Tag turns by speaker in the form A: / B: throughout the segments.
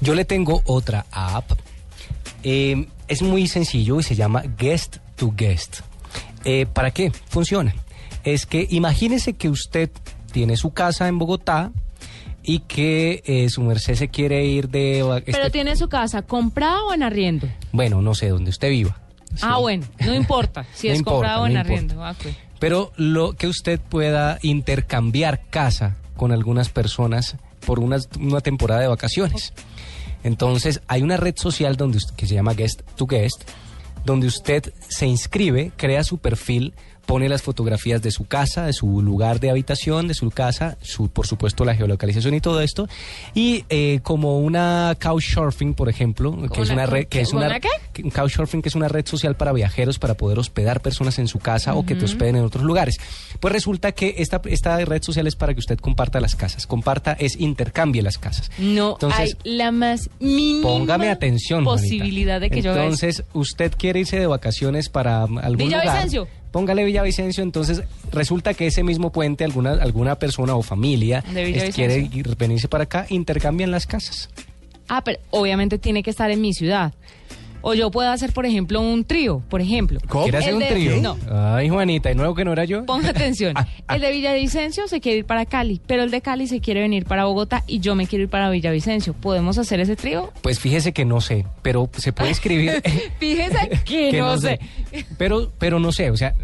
A: Yo le tengo otra app. Eh, es muy sencillo y se llama Guest to Guest. Eh, ¿Para qué? Funciona. Es que imagínese que usted tiene su casa en Bogotá y que eh, su merced se quiere ir de... va-
B: Pero
A: este-
B: tiene su casa comprada o en arriendo.
A: Bueno, no sé, donde usted viva.
B: Ah,
A: Sí.
B: bueno, no importa si
A: No
B: es
A: importa,
B: comprado o en
A: no
B: arriendo. Ah, ok.
A: Pero lo que usted pueda intercambiar casa con algunas personas por una, una temporada de vacaciones. Entonces, hay una red social donde us- que se llama Guest to Guest, donde usted se inscribe, crea su perfil, pone las fotografías de su casa, de su lugar de habitación, de su casa, su, por supuesto la geolocalización y todo esto, y eh, como una couchsurfing, por ejemplo, que es
B: ¿Una
A: una
B: co-
A: red que es una
B: una qué?
A: que- un Couchsurfing, que es una red social para viajeros para poder hospedar personas en su casa o que te hospeden en otros lugares. Pues resulta que esta, esta red social es para que usted comparta las casas. Comparta es intercambie las casas.
B: No
A: Entonces,
B: hay la más mínima
A: Póngame atención. Juanita.
B: Mm, posibilidad de que yo vea eso.
A: Entonces, usted quiere irse de vacaciones para mm, algún
B: Villavicencio.
A: lugar. Póngale Villavicencio. Entonces, resulta que ese mismo puente, alguna, alguna persona o familia
B: De
A: es-
B: Villavicencio.
A: quiere ir- venirse para acá, intercambian las casas.
B: Ah, pero obviamente tiene que estar en mi ciudad. O yo puedo hacer, por ejemplo, un trío, por ejemplo.
A: ¿Quiere hacer
B: El
A: un
B: de-
A: trío?
B: No.
A: Ay, Juanita, ¿y nuevo que no era yo?
B: Ponga atención.
A: Ah, ah.
B: El de Villavicencio se quiere ir para Cali, pero el de Cali se quiere venir para Bogotá y yo me quiero ir para Villavicencio. ¿Podemos hacer ese trío?
A: Pues fíjese que no sé, pero se puede escribir.
B: Fíjese que, no, sé.
A: Pero, pero no sé, o sea,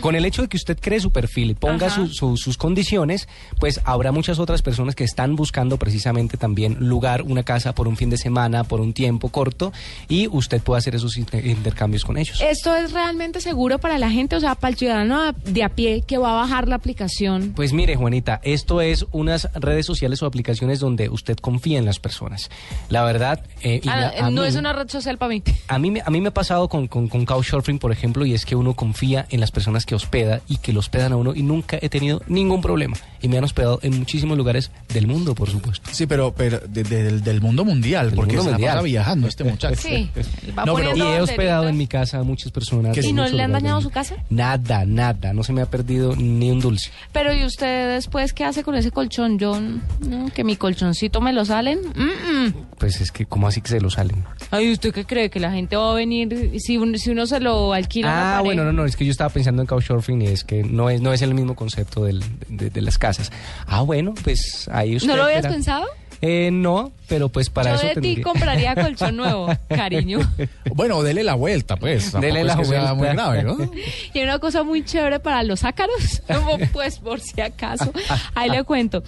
A: con el hecho de que usted cree su perfil y ponga
B: Ajá.
A: su- su- sus condiciones, pues habrá muchas otras personas que están buscando precisamente también lugar, una casa por un fin de semana, por un tiempo corto, y usted puede hacer esos inter- intercambios con ellos.
B: ¿Esto es realmente seguro para la gente? O sea, para el ciudadano a- de a pie que va a bajar la aplicación.
A: Pues mire, Juanita, esto es unas redes sociales o aplicaciones donde usted confía en las personas. La verdad, eh, y
B: Ah,
A: la- a
B: no
A: mí-
B: es una red social para mí.
A: A mí, me- a mí me ha pasado con, con, con Couchsurfing, por ejemplo, y es que uno confía en las personas que hospeda y que lo hospedan a uno y nunca he tenido ningún problema. Y me han hospedado en muchísimos lugares del mundo, por supuesto.
C: Sí, pero, pero de- de- del, del mundo mundial,
A: Del
C: porque
A: mundo
C: se la
A: mundial.
C: pasa viajando este muchacho.
B: Sí. Va
C: No,
A: Y
B: poniendo
C: pero-
A: he
B: banderitas.
A: hospedado en mi casa a muchas personas.
C: ¿Y
A: de
B: no
A: muchos
B: le
A: lugares
B: han
A: del
B: dañado
A: mundo.
B: su casa?
A: Nada, nada. No se me ha perdido ni un dulce.
B: Pero ¿y usted después qué hace con ese colchón? Yo, mm, que mi colchoncito me lo salen. Mm, mm.
A: Pues es que, ¿cómo así que se lo salen?
B: Ay, ¿usted qué cree? ¿Que la gente va a venir si, un- si uno se lo alquila? a una
A: Ah,
B: pareja?
A: bueno, no, no, es que yo estaba pensando en Couchsurfing y es que no es, no es el mismo concepto del- de, de las casas. Ah, bueno, pues ahí usted...
B: ¿No lo habías
A: verá.
B: pensado?
A: Eh, no, pero pues para
B: Yo
A: eso
B: de ti
A: tendría-
B: compraría colchón nuevo, cariño.
C: Bueno, dele la vuelta, pues. Tampoco
A: Dele
C: es
A: la
C: que sea
A: vuelta.
C: muy grave, ¿no?
B: Y
A: Ah,
B: hay una cosa muy chévere para los ácaros, como pues por si acaso. Ahí le cuento.